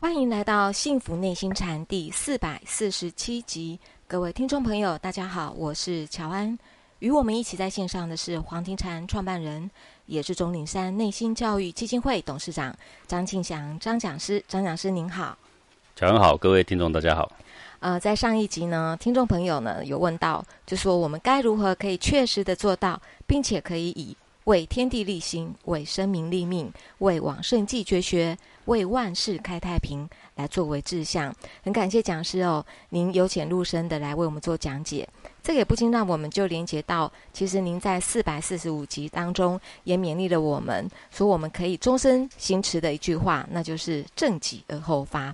欢迎来到《幸福内心禅》第四百四十七集，各位听众朋友，大家好，我是乔安。与我们一起在线上的是黄庭禅创办人，也是钟岭山内心教育基金会董事长张庆祥张讲师。张讲师您好，乔安好，各位听众大家好。呃，在上一集呢，听众朋友呢有问到，就说我们该如何可以确实的做到，并且可以以为天地立心、为生民立命、为往圣继绝学、为万世开太平来作为志向。很感谢讲师哦，您由浅入深的来为我们做讲解。这个也不禁让我们就连接到，其实您在四百四十五集当中也勉励了我们，说我们可以终身行持的一句话，那就是正己而后发。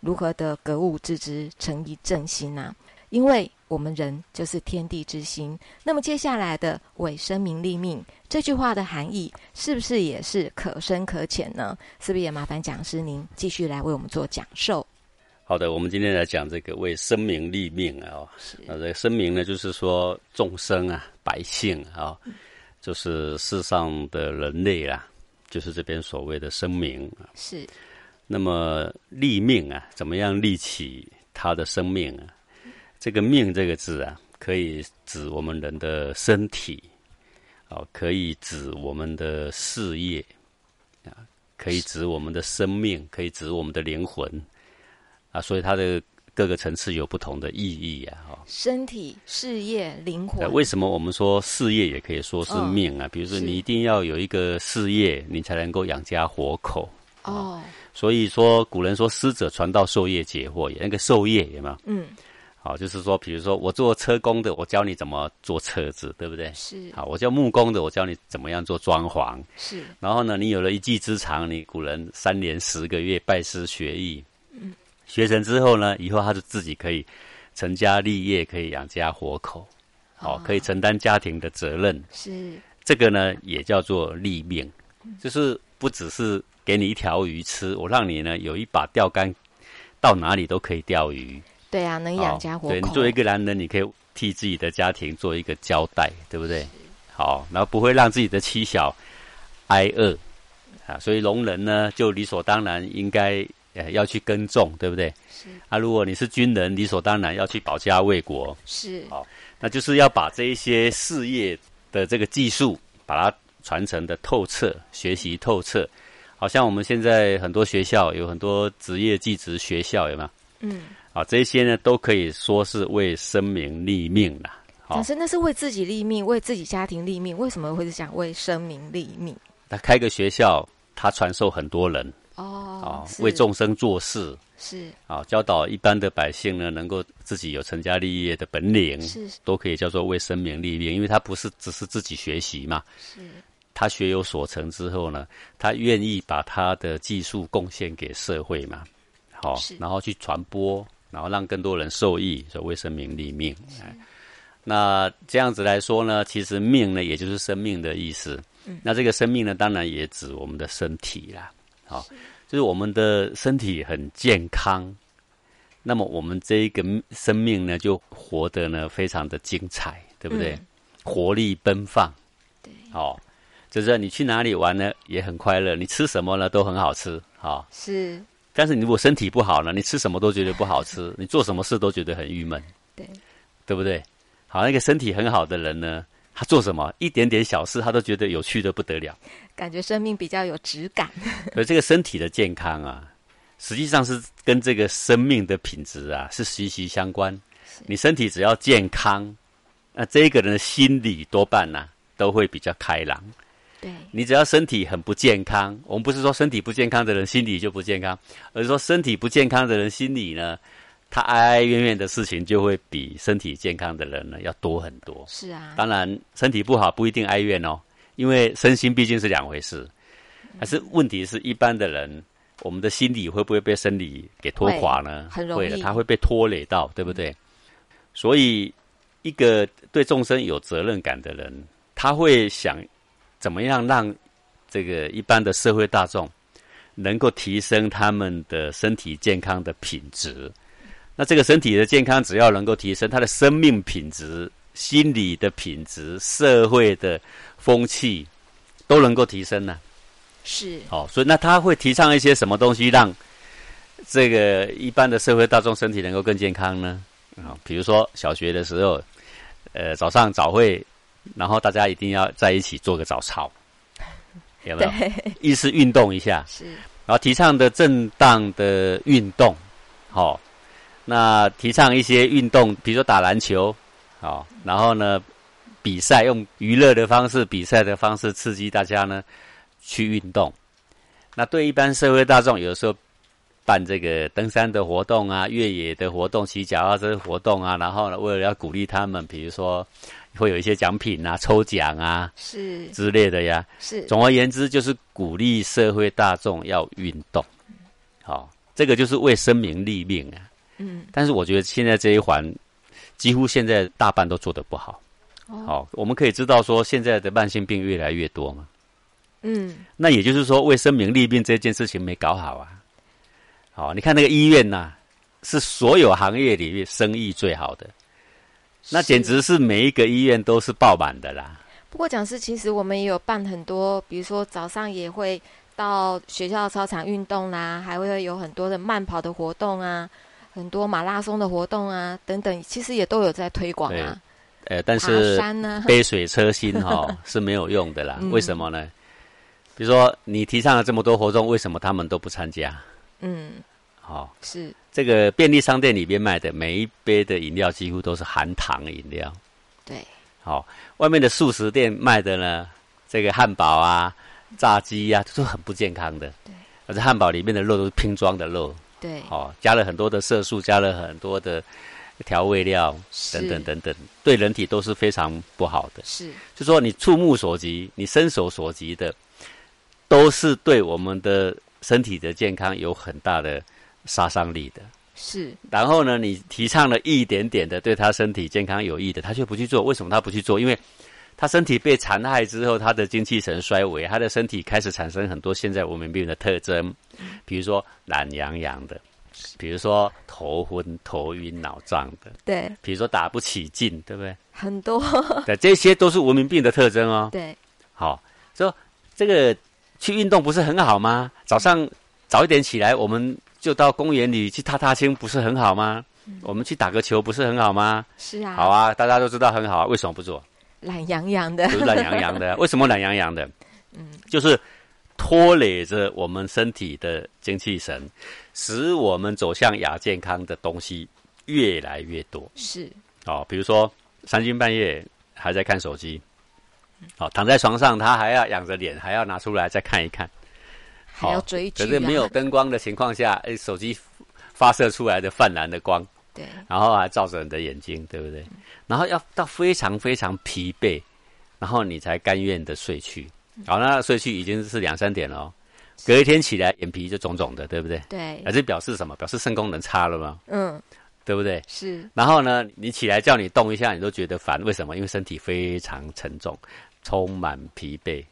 如何的格物致知、诚意正心啊？因为我们人就是天地之心。那么接下来的“为生民立命”这句话的含义，是不是也是可深可浅呢？是不是也麻烦讲师您继续来为我们做讲授？好的，我们今天来讲这个为生民立命啊、哦，是那这个生民呢，就是说众生啊、百姓啊，就是世上的人类啊，就是这边所谓的生民。是那么立命啊，怎么样立起他的生命啊？这个“命”这个字啊，可以指我们人的身体，哦，可以指我们的事业，啊，可以指我们的生命，可以指我们的灵魂，啊，所以它的各个层次有不同的意义啊，哈、身体、事业、灵那魂，为什么我们说事业也可以说是嗯命啊？比如说，是你一定要有一个事业，你才能够养家活口。哦，所以说，古人说“师者，传道授业解惑也”，那个授业有没有？嗯，好，就是说，比如说我做车工的，我教你怎么做车子，对不对？是好，我教木工的，我教你怎么样做装潢。是然后呢，你有了一技之长，你古人三年十个月拜师学艺，嗯，学成之后呢，以后他就自己可以成家立业，可以养家活口，好、哦可以承担家庭的责任。是这个呢，也叫做立命，就是不只是给你一条鱼吃，我让你呢有一把钓竿，到哪里都可以钓鱼，哦对啊，能养家活对你口，作为一个男人，你可以替自己的家庭做一个交代，对不对？好，然后不会让自己的妻小挨饿啊，所以农人呢就理所当然应该呃要去耕种，对不对？是啊，如果你是军人，理所当然要去保家卫国，是好那就是要把这一些事业的这个技术，把它传承的透彻，学习透彻。好像我们现在很多学校有很多职业技职学校，有没有？嗯，啊，这些呢都可以说是为生民立命啦。好讲，师那是为自己立命，为自己家庭立命，为什么会是讲为生民立命？他开个学校，他传授很多人哦啊，，是为众生做事是啊，教导一般的百姓呢，能够自己有成家立业的本领，是都可以叫做为生民立命，因为他不是只是自己学习嘛，是他学有所成之后呢，他愿意把他的技术贡献给社会嘛，好、是然后去传播，然后让更多人受益，所以为生民立命。哎那这样子来说呢，其实命呢，也就是生命的意思。嗯、那这个生命呢，当然也指我们的身体啦。好、就是我们的身体很健康，那么我们这一个生命呢，就活得呢非常的精彩，对不对？嗯活力奔放。对，好、就是你去哪里玩呢，也很快乐，你吃什么呢都很好吃，好、是，但是你如果身体不好呢，你吃什么都觉得不 好吃，你做什么事都觉得很郁闷，对，对不对？好，那个身体很好的人呢，他做什么一点点小事，他都觉得有趣的不得了。感觉生命比较有质感，所以这个身体的健康啊，实际上是跟这个生命的品质啊是息息相关。你身体只要健康，那这一个人的心理多半呢、都会比较开朗。对，你只要身体很不健康，我们不是说身体不健康的人心理就不健康，而是说身体不健康的人心理呢，他哀哀怨怨的事情就会比身体健康的人呢要多很多。是啊，当然，身体不好不一定哀怨哦，因为身心毕竟是两回事。还是问题是一般的人，我们的心理会不会被生理给拖垮呢？会很容易嗯会的，他会被拖累到，对不对？所以，一个对众生有责任感的人，他会想怎么样让这个一般的社会大众能够提升他们的身体健康的品质。那这个身体的健康，只要能够提升，他的生命品质、心理的品质、社会的风气都能够提升呢、是好、所以那他会提倡一些什么东西让这个一般的社会大众身体能够更健康呢？啊、比如说小学的时候，呃，早上早会，然后大家一定要在一起做个早操，有没 有？对，意识运动一下，是然后提倡的正当的运动，好、那提倡一些运动，比如说打篮球，好、然后呢，比赛用娱乐的方式、比赛的方式刺激大家呢去运动。那对一般社会大众，有的时候办这个登山的活动啊、越野的活动、骑脚踏车的活动啊，然后呢，为了要鼓励他们，比如说会有一些奖品啊、抽奖啊是之类的呀。是，总而言之，就是鼓励社会大众要运动。好、这个就是为生民立命啊。嗯，但是我觉得现在这一环，几乎现在大半都做得不好。哦，好、我们可以知道说，现在的慢性病越来越多嘛。嗯，那也就是说，为生民立命这件事情没搞好啊。好、你看那个医院呐、是所有行业里面生意最好的，那是简直是每一个医院都是爆满的啦。不过讲是，其实我们也有办很多，比如说早上也会到学校操场运动啦，还会有很多的慢跑的活动啊，很多马拉松的活动啊，等等，其实也都有在推广啊，呃，但爬是山啊呢、杯水车薪哈、 是没有用的啦。嗯为什么呢？比如说你提倡了这么多活动，为什么他们都不参加？嗯，好、是这个便利商店里面卖的每一杯的饮料几乎都是含糖饮料。对，好、外面的素食店卖的呢，这个汉堡啊、炸鸡啊，都是很不健康的。对，而且汉堡里面的肉都是拼装的肉，对，哦，加了很多的色素，加了很多的调味料是等等等等，对人体都是非常不好的。是，就说你触目所及、你伸手所及的，都是对我们的身体的健康有很大的杀伤力的。是，然后呢，你提倡了一点点的对他身体健康有益的，他却不去做。为什么他不去做？因为他身体被残害之后，他的精气神衰微，他的身体开始产生很多现在我们病的特征，比如说懒洋洋的，比如说头昏、头晕、脑胀的，对，比如说打不起劲，对不 对？很多， 对，这些都是文明病的特征哦。对，好，说这个去运动不是很好吗？早上早一点起来，我们就到公园里去踏踏青，不是很好吗？我们去打个球不是很好吗？是啊，好啊，大家都知道很好啊，为什么不做？懒洋洋的不，是懒洋洋的，为什么懒洋洋的？嗯，就是拖累着我们身体的精气神，使我们走向亚健康的东西越来越多。 是，哦，比如说三更半夜还在看手机，哦，躺在床上他还要仰着脸，还要拿出来再看一看，还要追剧、可啊，是没有灯光的情况下，哎，手机发射出来的泛蓝的光，对，然后还照着你的眼睛，对不对？然后要到非常非常疲惫，然后你才甘愿的睡去。好、那睡去已经是两三点了、哦，隔一天起来眼皮就肿肿的，对不对？对而，这表示什么？表示肾功能差了吗？嗯，对不对？是，然后呢，你起来叫你动一下，你都觉得烦，为什么？因为身体非常沉重，充满疲惫。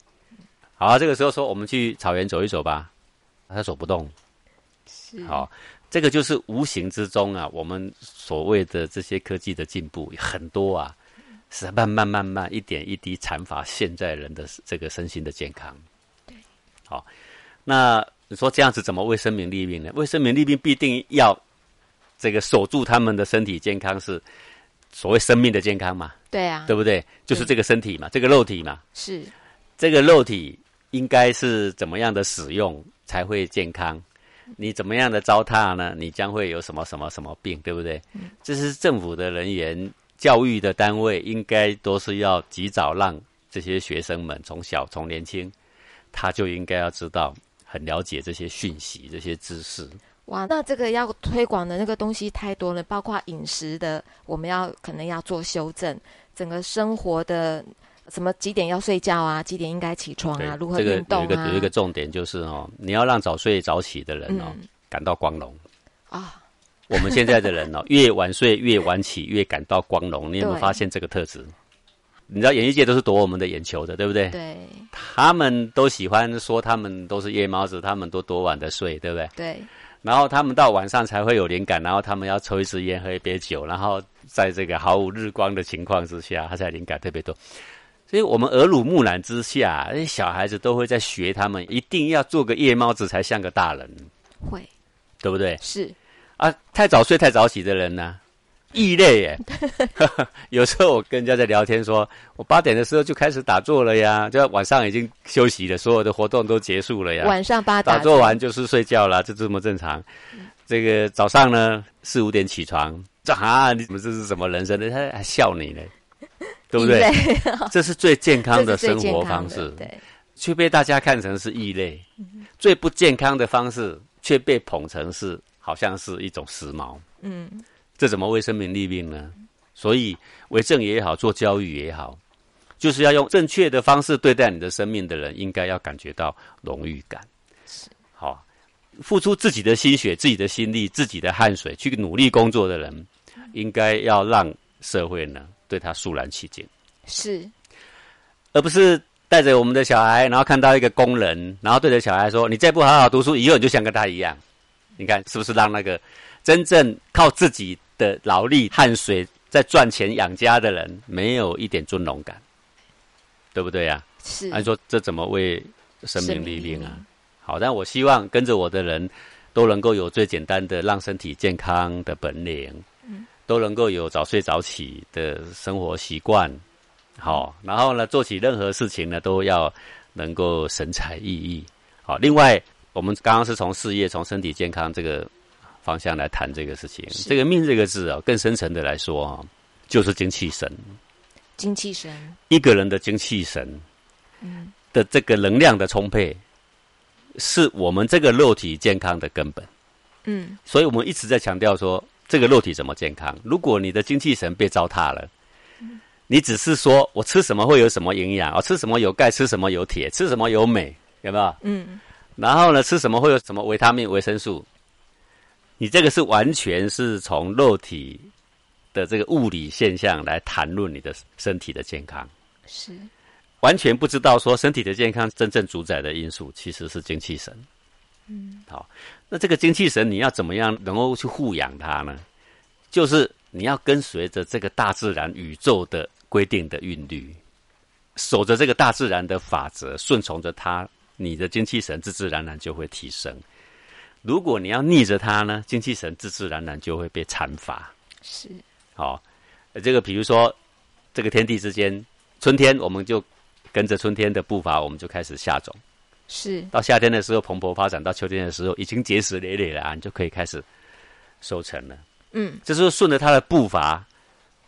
好、啊这个时候说我们去草原走一走吧，他走不动。是，好、这个就是无形之中啊，我们所谓的这些科技的进步很多啊，是慢慢慢慢一点一滴残乏现在人的这个身心的健康。对，好、那你说这样子怎么为生民立命呢？为生民立命必定要这个守住他们的身体健康是。所谓生命的健康嘛，对啊，对不对？就是这个身体嘛，这个肉体嘛，是，这个肉体应该是怎么样的使用才会健康？你怎么样的糟蹋呢？你将会有什么什么什么病，对不对？嗯这是政府的人员、教育的单位应该都是要及早让这些学生们从小从年轻，他就应该要知道。很了解这些讯息、这些知识，哇，那这个要推广的那个东西太多了，包括饮食的，我们要可能要做修正，整个生活的什么几点要睡觉啊，几点应该起床啊，如何这个运有一动个啊，有一个重点就是哦，你要让早睡早起的人哦、嗯感到光荣。啊、我们现在的人哦，越晚睡越晚起，越感到光荣。你有没有对发现这个特质？你知道演艺界都是夺我们的眼球的，对不对？对他们都喜欢说他们都是夜猫子，他们都多晚的睡，对不对？对然后他们到晚上才会有灵感，然后他们要抽一支烟，喝一杯酒，然后在这个毫无日光的情况之下，他才灵感特别多。所以，我们耳濡目染之下，哎那些小孩子都会在学他们，一定要做个夜猫子才像个大人，会对不对？是啊，太早睡太早起的人呢、异类 耶。 有时候我跟人家在聊天说，我八点的时候就开始打坐了呀，就晚上已经休息了，所有的活动都结束了呀。晚上八打打坐完就是睡觉啦，这这么正常。这个早上呢四五点起床，这啊你怎么这是什么人生呢？他还笑你呢，对不异对？类哦这是最健康这的是最生健活康方的式，对，却被大家看成是异类；最不健康的方式却被捧成是好像是一种时髦，嗯，这怎么为生民立命呢？所以为政也好，做教育也好，就是要用正确的方式对待你的生命的人，应该要感觉到荣誉感。好，付出自己的心血、自己的心力、自己的汗水去努力工作的人，应该要让社会呢对他肃然起敬。是而不是带着我们的小孩，然后看到一个工人，然后对着小孩说：“你再不好好读书，以后你就像跟他一样。”你看是不是让那个真正靠自己的劳力汗水在赚钱养家的人，没有一点尊荣感，对不对呀、是，按说这怎么为生命立命啊？命好，但我希望跟着我的人都能够有最简单的让身体健康的本领，都能够有早睡早起的生活习惯，好，然后呢，做起任何事情呢都要能够神采奕奕。好，另外我们刚刚是从事业、从身体健康这个方向来谈这个事情，是这个命这个字啊、更深层的来说啊、就是精气神。精气神，一个人的精气神嗯，的这个能量的充沛，是我们这个肉体健康的根本。嗯，所以我们一直在强调说，这个肉体怎么健康？如果你的精气神被糟蹋了，你只是说我吃什么会有什么营养啊、哦吃什么有钙，吃什么有铁，吃什么有镁，有没有？嗯，然后呢，吃什么会有什么维他命、维生素？你这个是完全是从肉体的这个物理现象来谈论你的身体的健康。是完全不知道说身体的健康真正主宰的因素其实是精气神。嗯，好，那这个精气神你要怎么样能够去护养它呢？就是你要跟随着这个大自然宇宙的规定的韵律，守着这个大自然的法则，顺从着它，你的精气神自自然然就会提升。如果你要逆着它呢，精气神自自然然就会被阐发。是，好、呃这个比如说这个天地之间，春天我们就跟着春天的步伐，我们就开始下种。是到夏天的时候蓬勃发展，到秋天的时候已经结实累累了啊，你就可以开始收成了。嗯，这时候顺着它的步伐，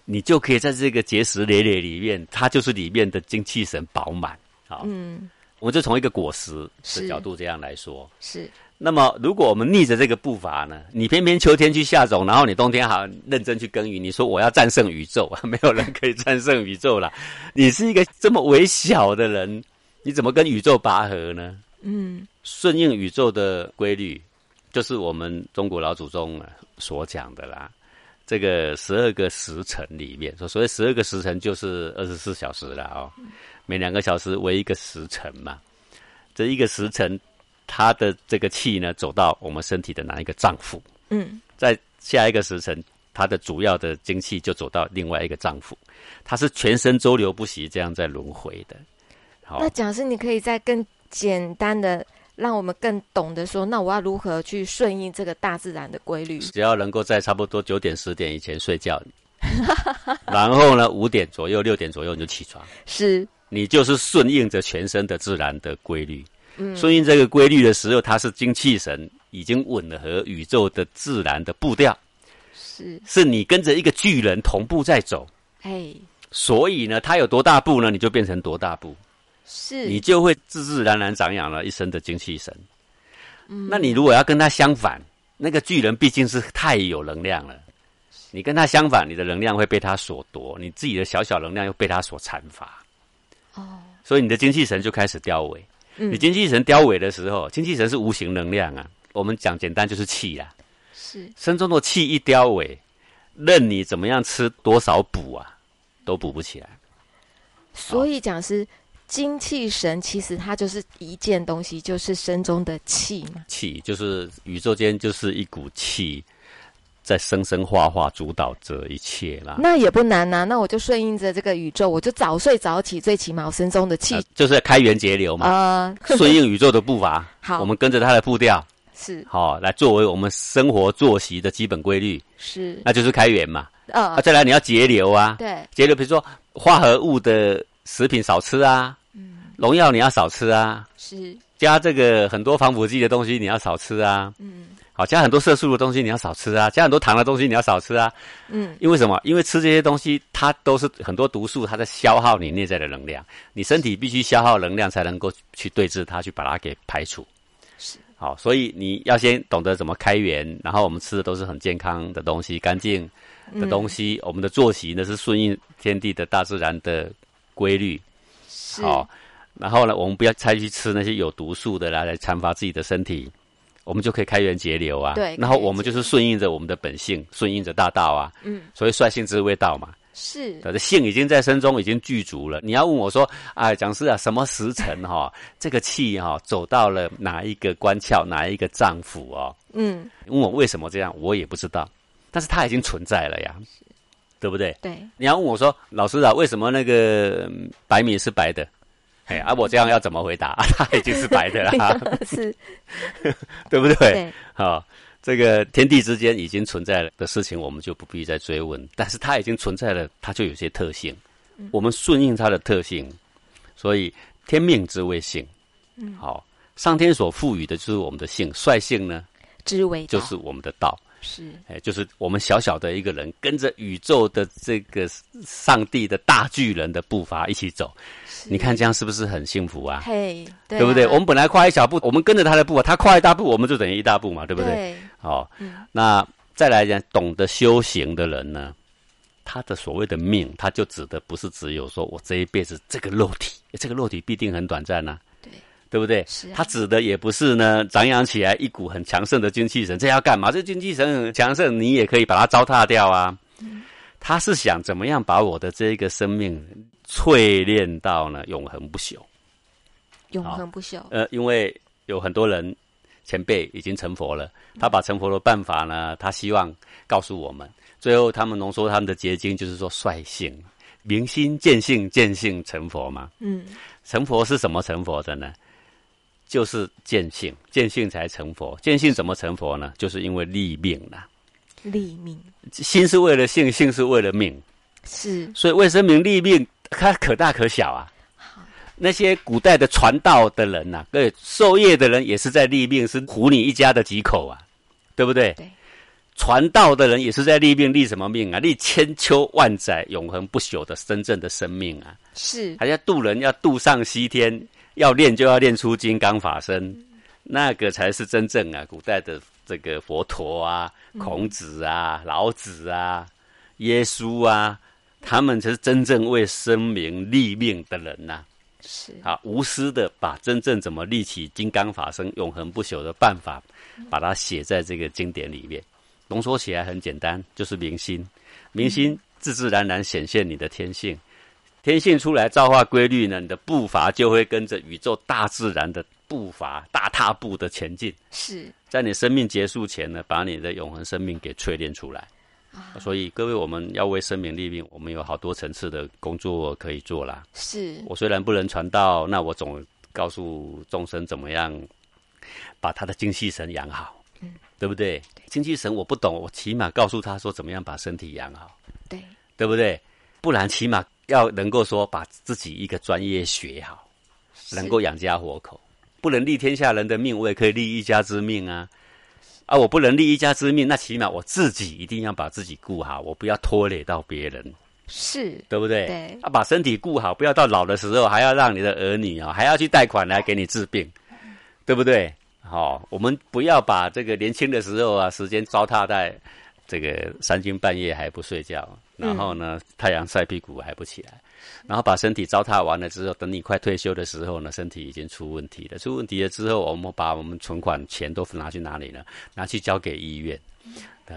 你就可以在这个结实累累里面，它就是里面的精气神饱满。好、嗯，我们就从一个果实是的角度这样来说。是那么，如果我们逆着这个步伐呢？你偏偏秋天去下种，然后你冬天好认真去耕耘，你说我要战胜宇宙，没有人可以战胜宇宙啦。你是一个这么微小的人，你怎么跟宇宙拔河呢？嗯，顺应宇宙的规律，就是我们中国老祖宗啊所讲的啦。这个十二个时辰里面，所所谓十二个时辰就是二十四小时了哦，每两个小时为一个时辰嘛。这一个时辰，它的这个气呢走到我们身体的哪一个脏腑，嗯，在下一个时辰，它的主要的精气就走到另外一个脏腑，它是全身周流不息，这样在轮回的。好那，讲师，你可以再更简单的让我们更懂得说，那我要如何去顺应这个大自然的规律？只要能够在差不多九点十点以前睡觉， 然后呢五点左右六点左右你就起床，是，你就是顺应着全身的自然的规律。嗯，顺应这个规律的时候，它是精气神已经吻合宇宙的自然的步调，是，是你跟着一个巨人同步在走。哎，所以呢，它有多大步呢，你就变成多大步，你是，就会自自然然长养了一身的精气神。嗯那你如果要跟他相反，那个巨人毕竟是太有能量了，你跟他相反，你的能量会被他所夺，你自己的小小能量又被他所阐发，哦，所以你的精气神就开始凋萎。嗯你，精气神凋萎的时候，精气神是无形能量啊，我们讲简单就是气啊，是，身中的气一凋萎，任你怎么样吃多少补啊，都补不起来。所以讲师。精气神其实它就是一件东西，就是身中的气嘛。气，就是宇宙间就是一股气，在生生化化主导着一切啦。那也不难呐、那我就顺应着这个宇宙，我就早睡早起，最起码我身中的气呃就是开源节流嘛，呃， ，顺应宇宙的步伐好我们跟着它的步调，是好、来作为我们生活作息的基本规律，是，那就是开源嘛。啊，呃，再来你要节流啊，对，节流，比如说化合物的食品少吃啊，嗯，农药你要少吃啊，是，加这个很多防腐剂的东西你要少吃啊，嗯好，加很多色素的东西你要少吃啊，加很多糖的东西你要少吃啊，嗯，因为什么？因为吃这些东西，它都是很多毒素，它在消耗你内在的能量，你身体必须消耗能量才能够去对治它，去把它给排除。是，好，所以你要先懂得怎么开源，然后我们吃的都是很健康的东西，干净的东西西，我们的作息呢是顺应天地的大自然的规律。是，好，然后呢，我们不要再去吃那些有毒素的啦，来残乏自己的身体，我们就可以开源节流啊。对然开后源我们节就流是顺应着我们的本性，顺应着大道啊。嗯，所以率性之谓道嘛。是，对，这性已经在身中已经具足了。你要问我说，啊，讲师啊，什么时辰哈、这个气哈、走到了哪一个关窍，哪一个脏腑哦？嗯，问我为什么这样，我也不知道，但是它已经存在了呀，对不对？对，你要问我说，老师啊，为什么那个嗯白米是白的？哎，啊，我这样要怎么回答？ 啊，它已经是白 的啦， 是，对不啊对？对，好、这个天地之间已经存在了的事情，我们就不必再追问。但是它已经存在了，它就有些特性，我们顺应它的特性，所以天命之谓性。嗯，好、上天所赋予的就是我们的性，率性呢知为道就是我们的道。是，哎，就是我们小小的一个人，跟着宇宙的这个上帝的大巨人的步伐一起走，是你看这样是不是很幸福啊？嘿，对对不对？啊我们本来跨一小步，我们跟着他的步啊，他跨一大步，我们就等于一大步嘛，对不啊对？对？好、嗯那再来讲，懂得修行的人呢，他的所谓的命，他就指的不是只有说我这一辈子这个肉体，这个肉体必定很短暂呐、啊对对不对？是啊他指的也不是呢，张扬起来一股很强盛的精气神，这要干嘛？这精气神很强盛，你也可以把它糟蹋掉啊。他是想怎么样把我的这个生命淬炼到呢永恒不朽？永好恒不朽，呃，因为有很多人前辈已经成佛了，他把成佛的办法呢，他希望告诉我们。最后，他们浓缩他们的结晶，就是说率性、明心见性、见性成佛嘛。嗯，成佛是怎么成佛的呢？就是见性，见性才成佛。见性怎么成佛呢？就是因为立命啦。立命心是为了性，性是为了命，是所以为生民立命，它可大可小啊。好，那些古代的传道的人呐、对，授业的人也是在立命，是苦你一家的几口啊，对不对？对，传道的人也是在立命，立什么命啊？立千秋万载、永恒不朽的真正的生命啊！是还要渡人，要渡上西天，要练就要练出金刚法身，那个才是真正啊，古代的这个佛陀啊、孔子啊、老子啊、耶稣啊，他们才是真正为生民立命的人呐、是啊，无私的把真正怎么立起金刚法身、永恒不朽的办法，把它写在这个经典里面。浓缩起来很简单，就是明心。明心自自然然显现你的天性，天性出来造化规律呢，你的步伐就会跟着宇宙大自然的步伐大踏步的前进。是在你生命结束前呢，把你的永恒生命给淬炼出来。所以各位，我们要为生命立命，我们有好多层次的工作可以做啦。是我虽然不能传道，那我总告诉众生怎么样把他的精气神养好，对不对？精气神我不懂，我起码告诉他说怎么样把身体养好，对对不对？不然起码要能够说把自己一个专业学好，能够养家活口。不能立天下人的命，我也可以立一家之命啊。啊，我不能立一家之命，那起码我自己一定要把自己顾好，我不要拖累到别人。是对不对？对啊，把身体顾好，不要到老的时候还要让你的儿女啊、还要去贷款来给你治病，对不对？好、我们不要把这个年轻的时候啊，时间糟蹋在这个三更半夜还不睡觉，然后呢，太阳晒屁股还不起来，然后把身体糟蹋完了之后，等你快退休的时候呢，身体已经出问题了。出问题了之后，我们把我们存款钱都拿去哪里呢？拿去交给医院，对，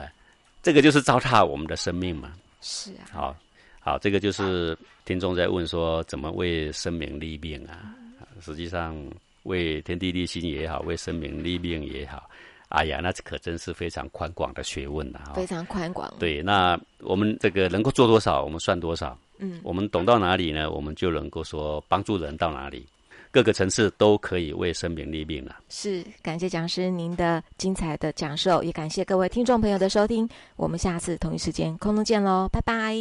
这个就是糟蹋我们的生命嘛。是啊，好，好，这个就是听众在问说，怎么为生民立命啊？实际上，为天地立心也好，为生民立命也好，哎呀，那可真是非常宽广的学问啊、非常宽广，对，那我们这个能够做多少，我们算多少。嗯，我们懂到哪里呢？我们就能够说帮助人到哪里。各个层次都可以为生民立命了、啊是，感谢讲师您的精彩的讲授，也感谢各位听众朋友的收听，我们下次同一时间空中见喽，拜拜。